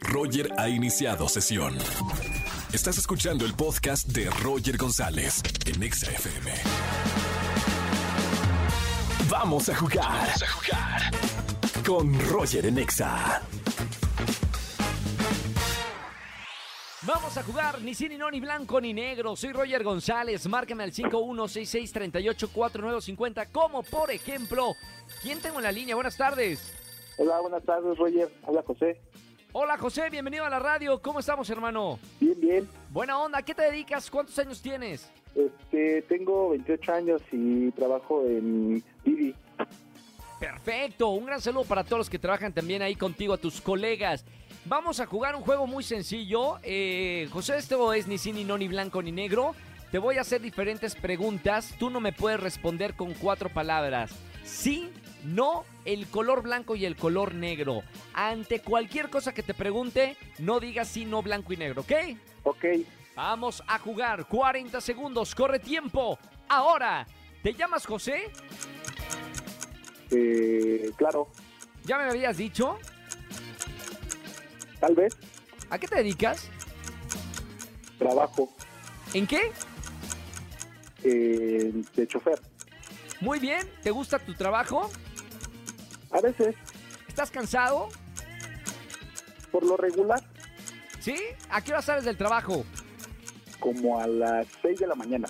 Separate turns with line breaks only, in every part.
Roger ha iniciado sesión. Estás escuchando el podcast de Roger González en Exa FM. Vamos a jugar. Vamos a jugar. Con Roger en Exa.
Vamos a jugar ni sí, ni no, ni blanco, ni negro. Soy Roger González. Márcame al 5166384950. Como por ejemplo, ¿quién tengo en la línea? Buenas tardes.
Hola, buenas tardes, Roger. Hola, José.
Hola José, bienvenido a la radio. ¿Cómo estamos, hermano?
Bien, bien.
Buena onda, ¿a ¿qué te dedicas? ¿Cuántos años tienes?
Este, tengo 28 años y trabajo en Didi.
Perfecto, un gran saludo para todos los que trabajan también ahí contigo, a tus colegas. Vamos a jugar un juego muy sencillo. Eh, José, esto es ni sí, ni no, ni blanco, ni negro. Te voy a hacer diferentes preguntas. Tú no me puedes responder con cuatro palabras. Sí, no, el color blanco y el color negro. Ante cualquier cosa que te pregunte, no digas sí, no, blanco y negro, ¿ok?
Ok,
Vamos a jugar. 40 segundos, corre tiempo. Ahora, ¿te llamas José?
eh, claro,
¿Ya me habías dicho?
tal vez
¿A qué te dedicas?
trabajo
¿En qué?
eh, de chofer.
Muy bien, ¿te gusta tu trabajo?
A veces,
¿Estás cansado?
por lo regular,
¿Sí? ¿A qué hora sales del trabajo?
como a las 6 de la mañana,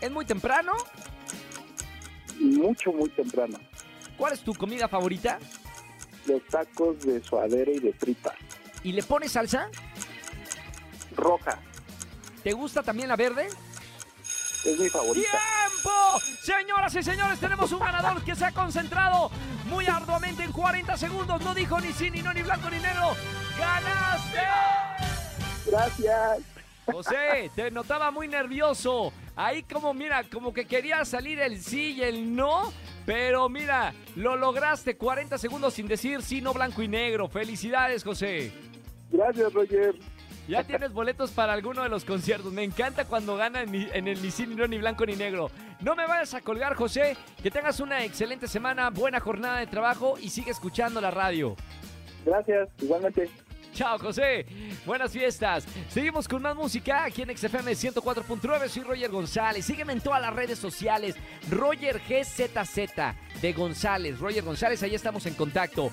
¿Es muy temprano?
mucho, muy temprano.
¿Cuál es tu comida favorita?
Los tacos de suadero y de tripa.
¿Y le pones salsa?
Roja,
¿Te gusta también la verde?
es mi favorita.
¡Tiempo! Señoras y señores, tenemos un ganador que se ha concentrado muy arduamente en 40 segundos. No dijo ni sí, ni no, ni blanco, ni negro. ¡Ganaste!
Gracias.
José, te notaba muy nervioso. Ahí como, mira, como que quería salir el sí y el no. Pero mira, lo lograste 40 segundos sin decir sí, no, blanco y negro. Felicidades, José.
Gracias, Roger.
Ya tienes boletos para alguno de los conciertos. Me encanta cuando ganan ni- en el ni sí, ni no, ni blanco, ni negro. No me vayas a colgar, José. Que tengas una excelente semana, buena jornada de trabajo y sigue escuchando la radio.
Gracias, igualmente.
Chao, José. Buenas fiestas. Seguimos con más música aquí en XFM 104.9. Soy Roger González. Sígueme en todas las redes sociales. Roger GZZ de González. Roger González, ahí estamos en contacto.